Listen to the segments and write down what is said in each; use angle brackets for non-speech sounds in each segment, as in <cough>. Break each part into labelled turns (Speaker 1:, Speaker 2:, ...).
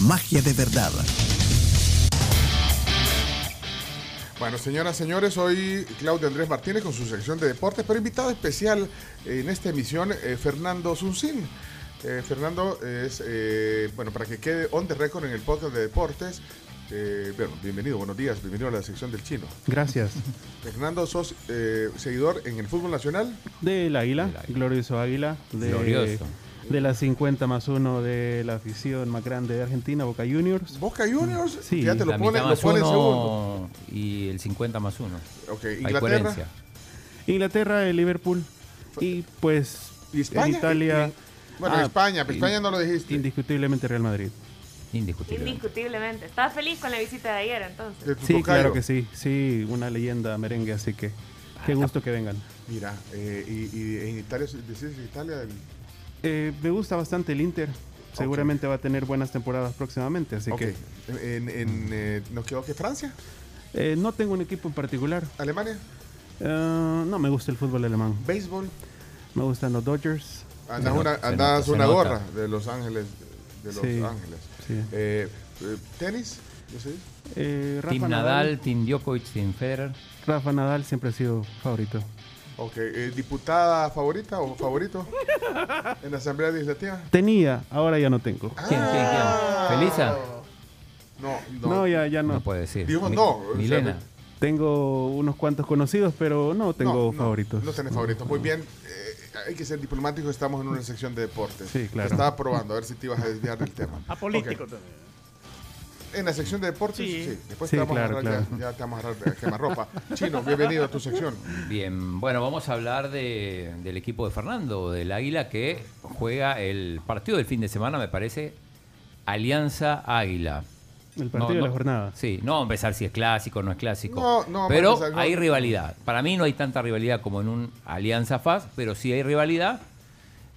Speaker 1: magia de verdad.
Speaker 2: Bueno, señoras, señores, hoy Claudio Andrés Martínez con su sección de deportes, pero invitado especial en esta emisión, eh, Fernando Zuncín. Eh, Fernando es, eh, bueno, para que quede on the record en el podcast de deportes, eh, bueno, bienvenido, buenos días, bienvenido a la sección del chino.
Speaker 3: Gracias.
Speaker 2: Fernando, sos eh, seguidor en el fútbol nacional,
Speaker 3: Del águila, glorioso águila. De,
Speaker 4: Glorioso.
Speaker 3: De las 50 más 1 de la afición más grande de Argentina, Boca Juniors.
Speaker 2: Boca Juniors,
Speaker 3: Sí,
Speaker 2: ya te
Speaker 3: Te
Speaker 2: lo
Speaker 4: la mitad
Speaker 2: ponen, lo
Speaker 4: más
Speaker 2: ponen
Speaker 4: uno
Speaker 2: segundo.
Speaker 4: y el 50 más uno.
Speaker 2: Ok,
Speaker 4: Hay
Speaker 2: Inglaterra,
Speaker 4: coherencia.
Speaker 3: Inglaterra, el Liverpool. Y pues
Speaker 2: ¿Y España?
Speaker 3: en Italia,
Speaker 2: bueno,
Speaker 3: Ah,
Speaker 2: España, pero
Speaker 3: y-
Speaker 2: España no lo dijiste.
Speaker 3: indiscutiblemente Real Madrid.
Speaker 4: Indiscutible.
Speaker 5: Indiscutiblemente. ¿Estás feliz con la visita de ayer entonces?
Speaker 2: de tu
Speaker 3: Sí,
Speaker 2: tocayo.
Speaker 3: claro que sí. Sí, una leyenda merengue, así que qué gusto que vengan.
Speaker 2: Mira, eh, y, y en Italia, decís Italia, el-
Speaker 3: Eh, me gusta bastante el Inter. Seguramente va a tener buenas temporadas próximamente, así
Speaker 2: ok.
Speaker 3: que
Speaker 2: En, en, eh, ¿Nos quedó que Francia?
Speaker 3: eh, no tengo un equipo en particular.
Speaker 2: ¿Alemania?
Speaker 3: Eh, no me gusta el fútbol alemán.
Speaker 2: ¿Béisbol?
Speaker 3: Me gustan los Dodgers.
Speaker 2: Andas
Speaker 4: Se
Speaker 2: una,
Speaker 4: nota, se
Speaker 2: andás
Speaker 4: nota, se
Speaker 2: una
Speaker 4: nota.
Speaker 2: gorra de Los Ángeles. De Los
Speaker 3: Sí,
Speaker 2: Ángeles.
Speaker 3: sí.
Speaker 2: Eh, eh, ¿Tenis? ¿No sé?
Speaker 3: Eh, Rafa
Speaker 4: Team Nadal, Team Djokovic, Team Federer.
Speaker 3: Rafa Nadal siempre ha sido favorito.
Speaker 2: Ok, eh, ¿diputada favorita o favorito en la Asamblea Legislativa?
Speaker 3: Tenía, ahora ya no tengo.
Speaker 4: ¿Quién, quién, quién?
Speaker 2: Ah.
Speaker 4: ¿Felisa?
Speaker 2: No, no.
Speaker 3: No, ya, ya
Speaker 4: No,
Speaker 3: no.
Speaker 4: puede decir.
Speaker 2: Digo,
Speaker 4: Mi-
Speaker 2: no, o sea,
Speaker 4: Milena.
Speaker 3: tengo unos cuantos conocidos, pero no tengo
Speaker 2: no,
Speaker 3: favoritos.
Speaker 2: No, tenés favoritos. Muy bien, eh, hay que ser diplomático, estamos en una sección de deportes.
Speaker 3: Sí, claro.
Speaker 2: Te estaba probando, a ver si te ibas a desviar del
Speaker 6: <laughs>
Speaker 2: tema.
Speaker 6: A político
Speaker 2: Ok,
Speaker 6: también.
Speaker 2: En la sección de deportes, sí.
Speaker 6: Sí.
Speaker 2: Después
Speaker 3: Sí,
Speaker 2: te vamos a
Speaker 3: claro,
Speaker 2: agarrar,
Speaker 3: claro.
Speaker 2: Ya, ya te vamos a agarrar
Speaker 3: <laughs>
Speaker 2: quemarropa. Chino, bienvenido a tu sección.
Speaker 4: Bien, bueno, vamos a hablar de- del equipo de Fernando, del Águila, que juega el partido del fin de semana, me parece, Alianza Águila.
Speaker 3: El partido de la jornada.
Speaker 4: Sí, no vamos a empezar si es clásico o no es clásico.
Speaker 2: No, no,
Speaker 4: pero
Speaker 2: vamos a empezar, no.
Speaker 4: hay rivalidad. Para mí no hay tanta rivalidad como en un Alianza FAS, pero sí hay rivalidad,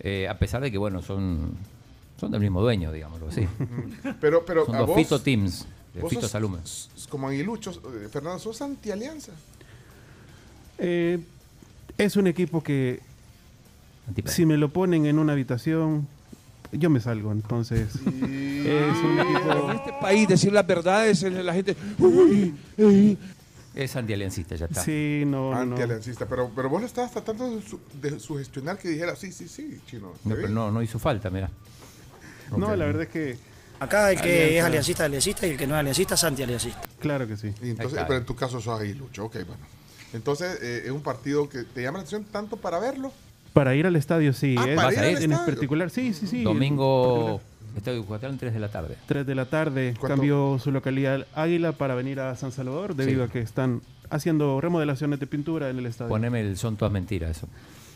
Speaker 4: eh, a pesar de que, bueno, son, son del mismo dueño, digámoslo así.
Speaker 2: Pero, <laughs> pero
Speaker 4: Son
Speaker 2: a
Speaker 4: dos
Speaker 2: vos,
Speaker 4: Fito Teams, de
Speaker 2: vos
Speaker 4: Fito
Speaker 2: sos-
Speaker 4: Salume.
Speaker 2: s- Como aguiluchos, eh, Fernando, sos anti-alianza.
Speaker 3: Eh, es un equipo que
Speaker 4: Antipa-
Speaker 3: si me lo ponen en una habitación, yo me salgo. Entonces, es un equipo...
Speaker 2: Ah,
Speaker 7: este país decir las verdades es la gente "Uy, uy".
Speaker 4: Es antialiancista, ya está.
Speaker 3: Sí, no, no.
Speaker 2: Antialiancista. Pero, pero vos lo estabas tratando de, su- de sugestionar que dijera sí, sí, sí, chino.
Speaker 4: No, pero no, no hizo falta, mirá.
Speaker 3: No, la verdad es que,
Speaker 6: Acá el que es aliancista, aliancista y el que no es aliancista, es anti-aliancista.
Speaker 3: claro que sí.
Speaker 2: Y entonces,
Speaker 4: Ahí está.
Speaker 2: pero en tu caso sos aguilucho, ok, bueno. Entonces, eh, es un partido que te llama la atención tanto para verlo.
Speaker 3: Para ir al estadio, sí.
Speaker 2: Ah,
Speaker 3: es-
Speaker 2: para
Speaker 4: ir al
Speaker 3: en
Speaker 2: estadio.
Speaker 3: particular, sí, sí, sí.
Speaker 4: Domingo, Estadio Cucatlán, 3 de la tarde.
Speaker 3: 3 de la tarde
Speaker 2: ¿Cuánto?
Speaker 3: cambió su localidad Águila para venir a San Salvador debido
Speaker 4: Sí.
Speaker 3: a que están haciendo remodelaciones de pintura en el estadio.
Speaker 4: Poneme el son todas mentiras, eso.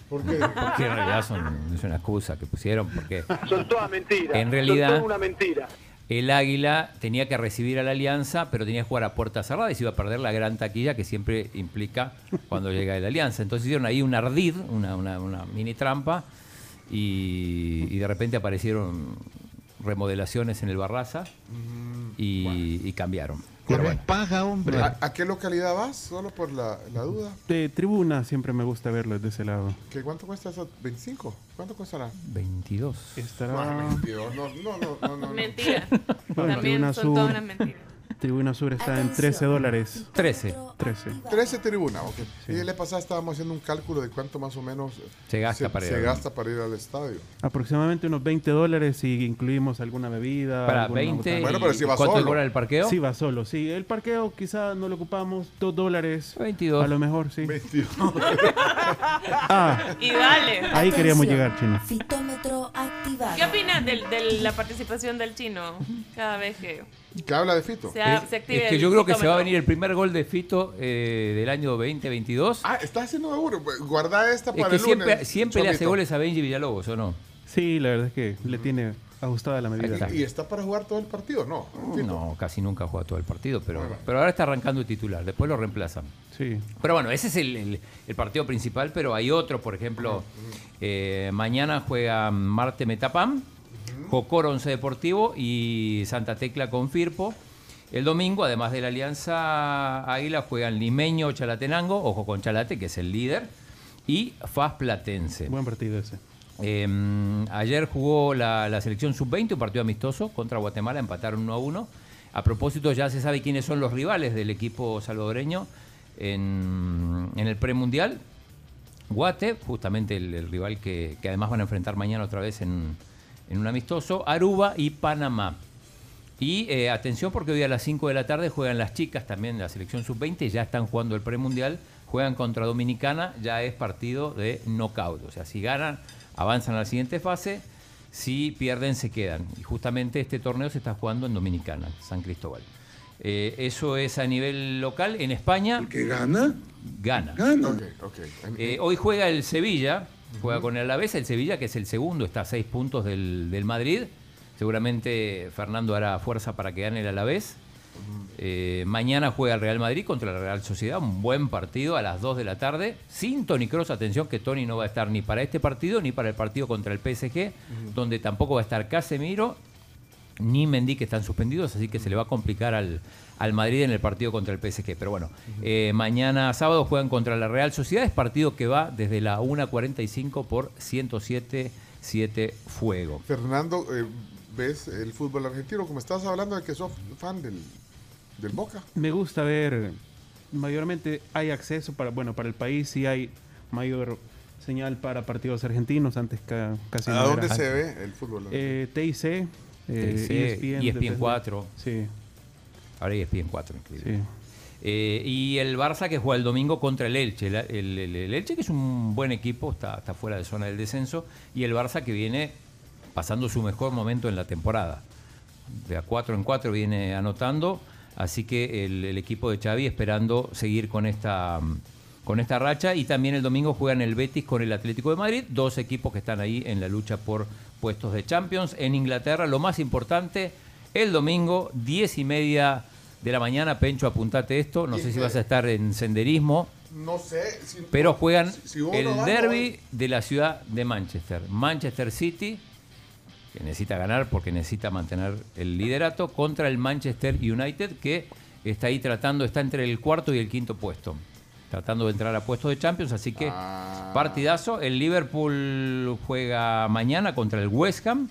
Speaker 2: Porque
Speaker 4: Porque en realidad son, es una excusa que pusieron, porque
Speaker 7: son todas mentiras
Speaker 4: En realidad-
Speaker 7: son todas una mentira
Speaker 4: el Águila tenía que recibir a la Alianza, pero tenía que jugar a puerta cerrada y se iba a perder la gran taquilla que siempre implica cuando llega la Alianza. Entonces hicieron ahí un ardid, una, una- una mini trampa, y, y de repente aparecieron remodelaciones en el Barraza y, y cambiaron. Pero bueno.
Speaker 2: ¿A, a qué localidad vas? Solo por la, la duda.
Speaker 3: De tribuna siempre me gusta verlo desde ese lado.
Speaker 2: ¿Qué, ¿Cuánto cuesta eso? ¿25? ¿Cuánto costará?
Speaker 4: 22.
Speaker 3: Estará
Speaker 2: Dios, no, no, no, no, no, no. <laughs>
Speaker 5: Mentira.
Speaker 3: Bueno,
Speaker 5: También
Speaker 3: Tribuna
Speaker 5: son todas
Speaker 3: Sur.
Speaker 5: unas mentiras.
Speaker 3: Tribuna Sur está en 13 dólares.
Speaker 4: 13.
Speaker 3: 13.
Speaker 2: 13 tribuna, ok. Y la pasada estábamos haciendo un cálculo de cuánto más o menos eh,
Speaker 4: Se gasta para ir
Speaker 2: se
Speaker 4: al-
Speaker 2: gasta para ir al estadio.
Speaker 3: Aproximadamente unos 20 dólares si incluimos alguna bebida.
Speaker 4: Para
Speaker 3: alguna
Speaker 4: 20.
Speaker 3: botana.
Speaker 2: Bueno, pero si
Speaker 4: ¿y
Speaker 2: va
Speaker 4: ¿Cuánto
Speaker 2: solo.
Speaker 4: cobra el parqueo?
Speaker 3: Sí, va solo, sí. El parqueo quizá no lo ocupamos, 2 dólares.
Speaker 4: 22.
Speaker 3: A lo mejor, sí.
Speaker 2: 22.
Speaker 5: <laughs>
Speaker 3: Ah,
Speaker 5: Y dale.
Speaker 3: ahí queríamos llegar, chino.
Speaker 8: Fitómetro activado.
Speaker 5: ¿Qué opinas del- de la participación del chino cada vez que
Speaker 2: ¿Qué habla de Fito?
Speaker 5: se, ha-
Speaker 4: Es-
Speaker 5: se active
Speaker 4: es que
Speaker 5: el
Speaker 4: yo creo que se va a
Speaker 5: psicómetro?
Speaker 4: venir el primer gol de Fito eh, del año 2022.
Speaker 2: Ah, está haciendo seguro. Guarda esta
Speaker 4: es
Speaker 2: para
Speaker 4: que
Speaker 2: el lunes.
Speaker 4: siempre, siempre le hace
Speaker 2: Chomito.
Speaker 4: goles a Benji Villalobos, ¿o no?
Speaker 3: Sí, la verdad es que le tiene ajustada la medida.
Speaker 2: Y, y está para jugar todo el partido, ¿no?
Speaker 4: No, casi nunca juega todo el partido, pero, pero ahora está arrancando el titular, después lo reemplazan.
Speaker 3: Sí.
Speaker 4: Pero bueno, ese es el, el- el partido principal, pero hay otro, por ejemplo, eh, mañana juega Marte Metapam, Jocoro Once Deportivo y Santa Tecla con Firpo. El domingo, además de la Alianza Águila, juegan Limeño, Chalatenango, ojo con Chalate, que es el líder, y Faz Platense.
Speaker 3: Buen partido ese.
Speaker 4: Eh, ayer jugó la, la selección sub-20, un partido amistoso contra Guatemala, empataron 1 a 1. A propósito, ya se sabe quiénes son los rivales del equipo salvadoreño en, en el premundial. Guate, justamente el, el rival que, que además van a enfrentar mañana otra vez en, en un amistoso, Aruba y Panamá. Y eh, atención porque hoy a las 5 de la tarde juegan las chicas también de la selección sub-20, ya están jugando el premundial, juegan contra Dominicana, ya es partido de knockout. O sea, si ganan, avanzan a la siguiente fase, si pierden, se quedan. Y justamente este torneo se está jugando en Dominicana, San Cristóbal. Eh, eso es a nivel local. En España. que gana? Gana.
Speaker 2: Ok, ok. En-
Speaker 4: Eh, hoy juega el Sevilla, juega con el Alavés, el Sevilla que es el segundo, está a seis puntos del, del Madrid. Seguramente Fernando hará fuerza para que gane el Alavés. Eh, mañana juega el Real Madrid contra la Real Sociedad, un buen partido a las 2 de la tarde, sin Tony Cross, atención que Tony no va a estar ni para este partido ni para el partido contra el PSG, donde tampoco va a estar Casemiro ni Mendy que están suspendidos, así que se le va a complicar al, al Madrid en el partido contra el PSG. Pero bueno, eh, mañana sábado juegan contra la Real Sociedad, es partido que va desde la 1.45 por 107.7 Fuego.
Speaker 2: Fernando, eh, ¿ves el fútbol argentino? Como estás hablando de que sos fan del, del Boca.
Speaker 3: Me gusta ver, mayormente hay acceso para, bueno, para el país sí hay mayor señal para partidos argentinos, antes ca- casi no
Speaker 2: ¿A
Speaker 3: era.
Speaker 2: dónde se ve el fútbol argentino?
Speaker 3: Eh, TIC, eh,
Speaker 4: TIC, ESPN
Speaker 3: depende.
Speaker 4: 4.
Speaker 3: Sí,
Speaker 4: Ahora es bien 4, increíble.
Speaker 3: sí.
Speaker 4: Eh, y el Barça que juega el domingo contra el Elche. La- El, el- el Elche que es un buen equipo, está, está fuera de zona del descenso. Y el Barça que viene pasando su mejor momento en la temporada. De a 4 en 4 viene anotando. Así que el, el equipo de Xavi esperando seguir con esta, mm, con esta racha. Y también el domingo juegan el Betis con el Atlético de Madrid. Dos equipos que están ahí en la lucha por puestos de Champions. En Inglaterra, lo más importante, el domingo, 10 y media de la mañana. Pencho, apuntate esto. No sé si vas a estar en senderismo.
Speaker 2: No sé. si-
Speaker 4: Pero juegan
Speaker 2: si vos
Speaker 4: el
Speaker 2: no vas, no
Speaker 4: derby
Speaker 2: vas.
Speaker 4: de la ciudad de Manchester. Manchester City, que necesita ganar porque necesita mantener el liderato, contra el Manchester United, que está ahí tratando, está entre el cuarto y el quinto puesto. Tratando de entrar a puestos de Champions, así que
Speaker 2: Ah.
Speaker 4: partidazo. El Liverpool juega mañana contra el West Ham.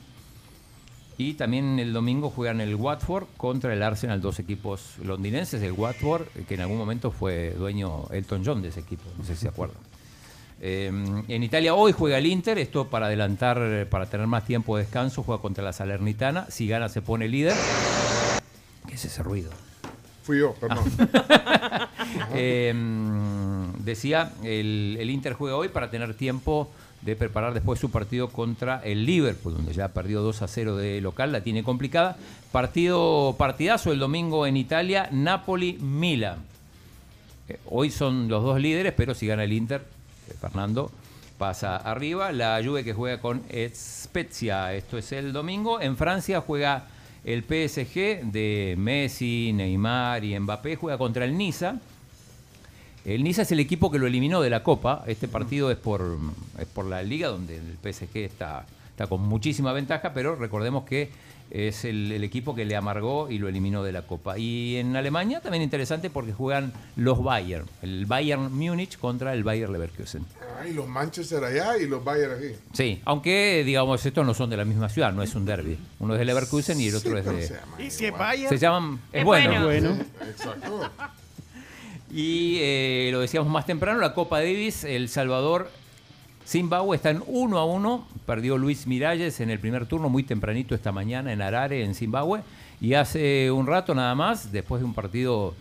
Speaker 4: Y también el domingo juegan el Watford contra el Arsenal, dos equipos londinenses. El Watford, que en algún momento fue dueño Elton John de ese equipo, no sé si se acuerdan. Eh, en Italia hoy juega el Inter, esto para adelantar, eh, para tener más tiempo de descanso, juega contra la Salernitana. Si gana, se pone líder. ¿Qué es ese ruido?
Speaker 2: Fui yo, perdón.
Speaker 4: <laughs> Eh, decía, el, el Inter juega hoy para tener tiempo de preparar después su partido contra el Liverpool, donde ya perdió 2 a 0 de local, la tiene complicada. Partido partidazo el domingo en Italia, Napoli-Milan. Eh, Hoy son los dos líderes, pero si gana el Inter, eh, Fernando pasa arriba. La Juve que juega con Spezia, esto es el domingo. En Francia juega el PSG de Messi, Neymar y Mbappé, juega contra el Niza. El Niza es el equipo que lo eliminó de la Copa. Este partido es por, es por la Liga, donde el PSG está, está con muchísima ventaja, pero recordemos que es el, el equipo que le amargó y lo eliminó de la Copa. Y en Alemania también interesante porque juegan los Bayern. El Bayern Múnich contra el Bayern Leverkusen.
Speaker 2: <laughs> Ay, los Manchester allá y los Bayern aquí.
Speaker 4: Sí, aunque digamos, estos no son de la misma ciudad, no es un derby. Uno es de Leverkusen y el otro es
Speaker 2: Pero
Speaker 4: de...
Speaker 2: se llama
Speaker 7: Y que
Speaker 2: igual.
Speaker 7: vaya.
Speaker 4: Se llaman... Es
Speaker 5: Es
Speaker 4: bueno.
Speaker 5: bueno.
Speaker 3: Bueno,
Speaker 2: Exacto.
Speaker 4: Y eh, lo decíamos más temprano, la Copa Davis, El Salvador, Zimbabue están 1 a 1. Perdió Luis Miralles en el primer turno muy tempranito esta mañana en Harare, en Zimbabue. Y hace un rato nada más, después de un partido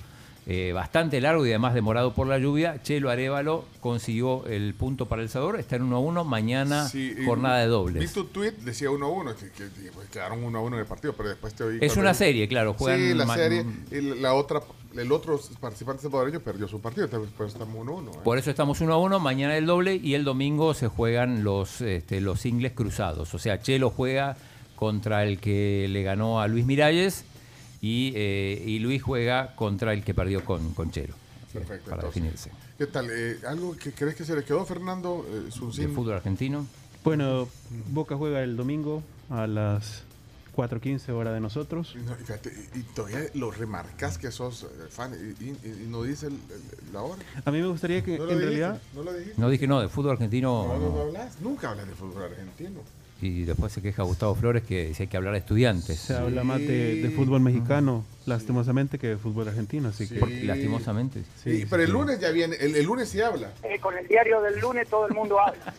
Speaker 4: eh, bastante largo y además demorado por la lluvia, Chelo Arevalo consiguió el punto para El Salvador. Está en 1 a 1. Mañana
Speaker 2: Sí, y
Speaker 4: jornada de
Speaker 2: Vi
Speaker 4: dobles.
Speaker 2: tu tweet, decía 1 a 1, que, que- que, pues, quedaron 1 a 1 en el partido, pero después te oí.
Speaker 4: Es
Speaker 2: cuando-
Speaker 4: una serie, claro. Juegan
Speaker 2: Sí, la
Speaker 4: ma- mm.
Speaker 2: serie. Y la otra, el otro participante salvadoreño perdió su partido, entonces pues, estamos 1 a 1.
Speaker 4: Por eso estamos 1 a 1, mañana el doble y el domingo se juegan los, este, los ingles cruzados. O sea, Chelo juega contra el que le ganó a Luis Miralles y, eh, y Luis juega contra el que perdió con, con Chero. Así es,
Speaker 2: Perfecto,
Speaker 4: Para
Speaker 2: entonces.
Speaker 4: definirse.
Speaker 2: ¿Qué tal? Eh, ¿Algo que crees que se le quedó, Fernando? Eh,
Speaker 4: ¿De
Speaker 2: Sunsin?
Speaker 4: fútbol argentino?
Speaker 3: Bueno, Boca juega el domingo a las 4.15 hora de nosotros.
Speaker 2: No, y fíjate, y- y todavía lo remarcas que sos eh, fan y, y- y no dice el- el- la hora.
Speaker 3: A mí me gustaría que,
Speaker 2: ¿No lo
Speaker 3: Eh, en
Speaker 2: dijiste?
Speaker 3: realidad,
Speaker 2: ¿No lo dijiste?
Speaker 4: No dije no, de fútbol argentino.
Speaker 2: No, no,
Speaker 4: no.
Speaker 2: no hablas. Nunca hablas de fútbol argentino.
Speaker 4: Y después se queja Gustavo Flores que dice hay que hablar de estudiantes.
Speaker 3: se habla más de, de fútbol mexicano, lastimosamente, que de fútbol argentino. Así que.
Speaker 4: Porque lastimosamente.
Speaker 2: Y- pero el lunes ya viene, el, el lunes sí habla.
Speaker 6: Eh, con el diario del lunes todo el mundo habla.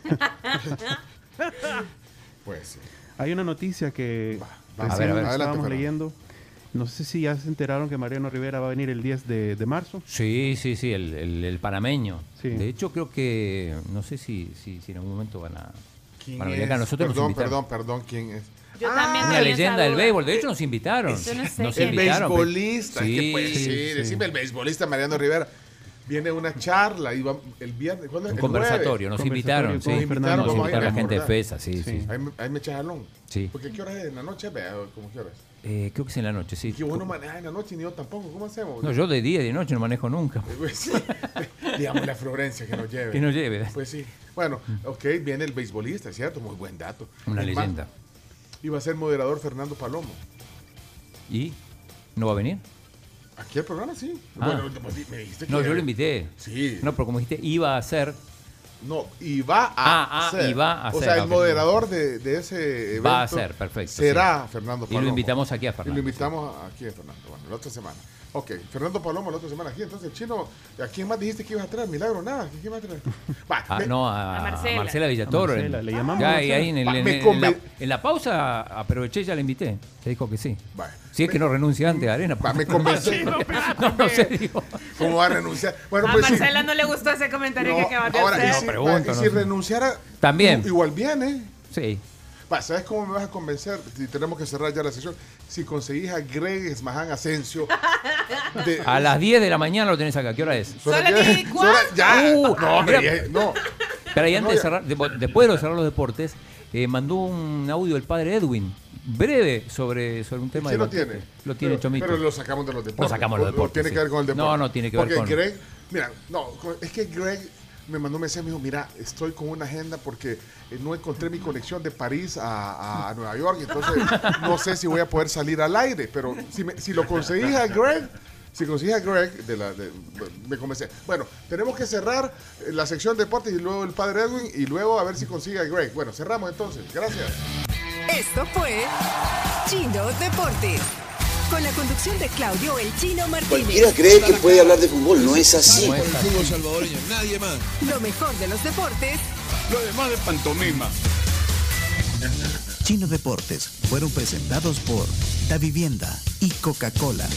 Speaker 2: Pues sí.
Speaker 3: Hay una noticia que
Speaker 2: va,
Speaker 4: a ver, a ver.
Speaker 3: estábamos
Speaker 2: Adelante, Fernando.
Speaker 3: leyendo. No sé si ya se enteraron que Mariano Rivera va a venir el 10 de, de marzo.
Speaker 4: Sí, sí, sí, el, el- el panameño.
Speaker 3: Sí.
Speaker 4: De hecho, creo que, no sé si, si, si en algún momento van a...
Speaker 2: ¿Quién
Speaker 4: van a
Speaker 2: es?
Speaker 4: venir acá. Nosotros nos
Speaker 2: perdón,
Speaker 4: invitaron.
Speaker 2: perdón, perdón, ¿quién es? Ah,
Speaker 5: Yo también
Speaker 4: Una
Speaker 5: tenía
Speaker 4: leyenda
Speaker 5: esa
Speaker 4: del
Speaker 5: duda.
Speaker 4: béisbol. De hecho, nos invitaron.
Speaker 5: Yo no sé
Speaker 4: Nos
Speaker 5: quién.
Speaker 2: El
Speaker 4: invitaron.
Speaker 2: beisbolista.
Speaker 4: Sí,
Speaker 2: ¿Qué puede
Speaker 4: sí,
Speaker 2: decir? Decime el beisbolista Mariano Rivera. Viene una charla y va el viernes. ¿cuándo es?
Speaker 4: Un
Speaker 2: El
Speaker 4: conversatorio. Nos
Speaker 3: Conversatorio
Speaker 4: invitaron.
Speaker 3: con
Speaker 4: Sí,
Speaker 3: Fernando.
Speaker 4: nos
Speaker 3: Vamos a ir a
Speaker 4: invitaron la gente de
Speaker 2: recordar.
Speaker 4: FESA. Sí, sí.
Speaker 2: jueves. Ahí me, ahí me echas jalón.
Speaker 4: Sí.
Speaker 2: Porque ¿qué horas es en la noche? Vea, ¿cómo qué horas?
Speaker 4: Eh, creo que es en la noche, sí.
Speaker 2: Y que vos no manejás en la noche ni yo tampoco. ¿Cómo hacemos?
Speaker 4: No, yo de día y de noche no manejo nunca.
Speaker 2: <laughs> Pues, <laughs> Digámosle a Florencia que nos lleve.
Speaker 4: <laughs> Que no lleve.
Speaker 2: Pues sí. Bueno, ok, viene el beisbolista, es ¿cierto? Muy buen dato.
Speaker 4: Una
Speaker 2: Es más,
Speaker 4: leyenda.
Speaker 2: Iba a ser moderador Fernando Palomo.
Speaker 4: ¿Y? ¿No va a venir?
Speaker 2: Aquí el programa sí.
Speaker 4: Ah.
Speaker 2: Bueno, pues, di- me dijiste que.
Speaker 4: No, yo lo invité.
Speaker 2: Sí.
Speaker 4: No, pero como dijiste, iba a ser.
Speaker 2: No, y va a
Speaker 4: Ah, ah,
Speaker 2: ser.
Speaker 4: y va a
Speaker 2: O
Speaker 4: ser,
Speaker 2: sea, el
Speaker 4: ok.
Speaker 2: moderador de, de ese evento.
Speaker 4: Va a ser, perfecto,
Speaker 2: Será Fernando
Speaker 4: Y lo
Speaker 2: Palomo.
Speaker 4: invitamos aquí a
Speaker 2: Y
Speaker 4: Fernando,
Speaker 2: lo invitamos aquí a Fernando. Bueno, la otra semana. Ok, Fernando Palomo la otra semana aquí. Entonces, chino, ¿a quién más dijiste que ibas a traer? Milagro, nada. ¿Quién ibas a
Speaker 4: <laughs>
Speaker 2: traer? Va,
Speaker 4: Ah,
Speaker 2: ve-
Speaker 4: no, a,
Speaker 5: A
Speaker 4: a
Speaker 5: Marcela.
Speaker 4: Marcela. Villatoro.
Speaker 3: A Marcela,
Speaker 4: en-
Speaker 3: le llamamos
Speaker 4: Ya,
Speaker 3: a
Speaker 4: y
Speaker 3: Marcela.
Speaker 4: ahí en, el-
Speaker 2: Ah,
Speaker 4: en-
Speaker 2: me
Speaker 4: en
Speaker 2: conven-
Speaker 4: la, en la pausa aproveché, ya la invité. Se dijo que sí.
Speaker 2: Vale.
Speaker 4: Si es que no renuncia antes, Arena.
Speaker 2: Va, me
Speaker 4: porque-
Speaker 5: <laughs> Ah,
Speaker 2: convencí.
Speaker 4: <laughs> no, no sé, digo.
Speaker 2: ¿Cómo va a renunciar? Bueno,
Speaker 5: A
Speaker 2: pues sí.
Speaker 5: Ah, Marcela no le gustó ese comentario
Speaker 2: No,
Speaker 5: que acabas de
Speaker 2: ahora, y
Speaker 5: hacer.
Speaker 2: si,
Speaker 4: pregunto,
Speaker 2: y
Speaker 4: no
Speaker 2: si
Speaker 4: sé.
Speaker 2: renunciara,
Speaker 4: También.
Speaker 2: i- igual viene.
Speaker 4: Sí.
Speaker 2: Va, ¿Sabes cómo me vas a convencer? Si tenemos que cerrar ya la sesión. Si conseguís a Greg Esmaján Asensio. de-
Speaker 5: <laughs>
Speaker 4: A las 10 de la mañana lo tenés acá. ¿Qué hora es?
Speaker 2: Suena
Speaker 5: Solo
Speaker 2: que-
Speaker 5: di cuatro.
Speaker 2: suena- ya.
Speaker 4: Uh,
Speaker 2: no, hombre,
Speaker 4: mira.
Speaker 2: ya- no.
Speaker 4: Pero ahí
Speaker 2: No,
Speaker 4: antes de
Speaker 2: ya.
Speaker 4: cerrar, de- después de cerrar los deportes, eh, mandó un audio el padre Edwin, breve, sobre, sobre un tema
Speaker 2: Sí
Speaker 4: de
Speaker 2: lo
Speaker 4: deportes.
Speaker 2: tiene.
Speaker 4: Lo tiene
Speaker 2: pero,
Speaker 4: Chomito.
Speaker 2: Pero lo sacamos de los deportes.
Speaker 4: sacamos de los
Speaker 2: O- o
Speaker 4: deportes,
Speaker 2: Tiene
Speaker 4: sí.
Speaker 2: que ver con el deporte.
Speaker 4: No, no tiene que ver
Speaker 2: Porque
Speaker 4: con-
Speaker 2: Greg, mira, no, con- es que Greg me mandó un mensaje me dijo, mira, estoy con una agenda porque eh, no encontré mi conexión de París a, a Nueva York, entonces no sé si voy a poder salir al aire, pero si, me- si lo conseguís a Greg... Si conseguís a Greg, de la, de- me convencé. Bueno, tenemos que cerrar eh, la sección de deportes y luego el padre Edwin y luego a ver si consigue a Greg. Bueno, cerramos entonces. Gracias.
Speaker 9: Esto fue Chino Deportes. Con la conducción de Claudio El Chino
Speaker 8: Cualquiera
Speaker 9: Martínez.
Speaker 8: cree que puede hablar de fútbol, no es así.
Speaker 4: No es
Speaker 7: Fútbol salvadoreño, nadie más.
Speaker 9: Lo mejor de los deportes
Speaker 7: Lo demás de pantomima.
Speaker 1: Chino Deportes fueron presentados por Da Vivienda y Coca-Cola,